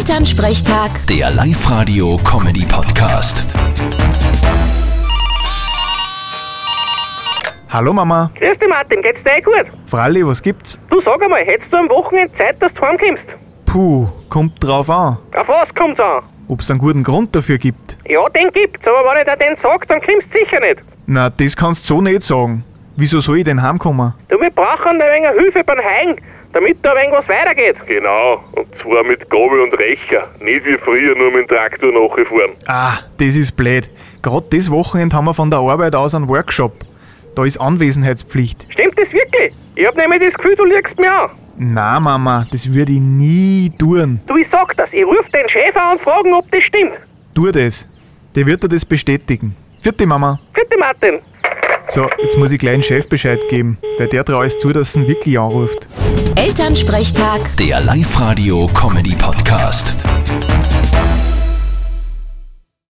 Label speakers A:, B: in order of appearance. A: Elternsprechtag,
B: Der Live-Radio-Comedy-Podcast.
C: Hallo Mama.
D: Grüß dich Martin, geht's dir eh gut?
C: Fralli, was gibt's?
D: Du sag einmal, hättest du am Wochenende Zeit, dass du heimkommst?
C: Puh, kommt drauf an,
D: Auf was kommt's an?
C: ob's einen guten Grund dafür gibt.
D: Ja, den gibt's, aber wenn ich dir den sag, dann kommst du sicher nicht.
C: Na, das kannst so nicht sagen. Wieso soll ich denn heimkommen?
D: Du, wir brauchen ein wenig Hilfe beim Heilen, damit da ein wenig was weitergeht.
E: Genau, und zwar mit Gabel und Recher. Nicht wie früher nur mit dem Traktor nachgefahren.
C: Ah, das ist blöd. Gerade das Wochenende haben wir von der Arbeit aus einen Workshop. Da ist Anwesenheitspflicht.
D: Stimmt das wirklich? Ich hab nämlich das Gefühl, du lügst mir an.
C: Na Mama, das würde ich nie tun.
D: Du, ich sag das, ich ruf den Chef an und fragen, ob das stimmt.
C: Tu das. Der wird dir das bestätigen. Vierte Mama.
D: Bitte Martin.
C: So, jetzt muss ich gleich den Chef Bescheid geben, weil der traue es zu, dass er ihn wirklich anruft.
A: Elternsprechtag.
B: Der Live-Radio-Comedy-Podcast.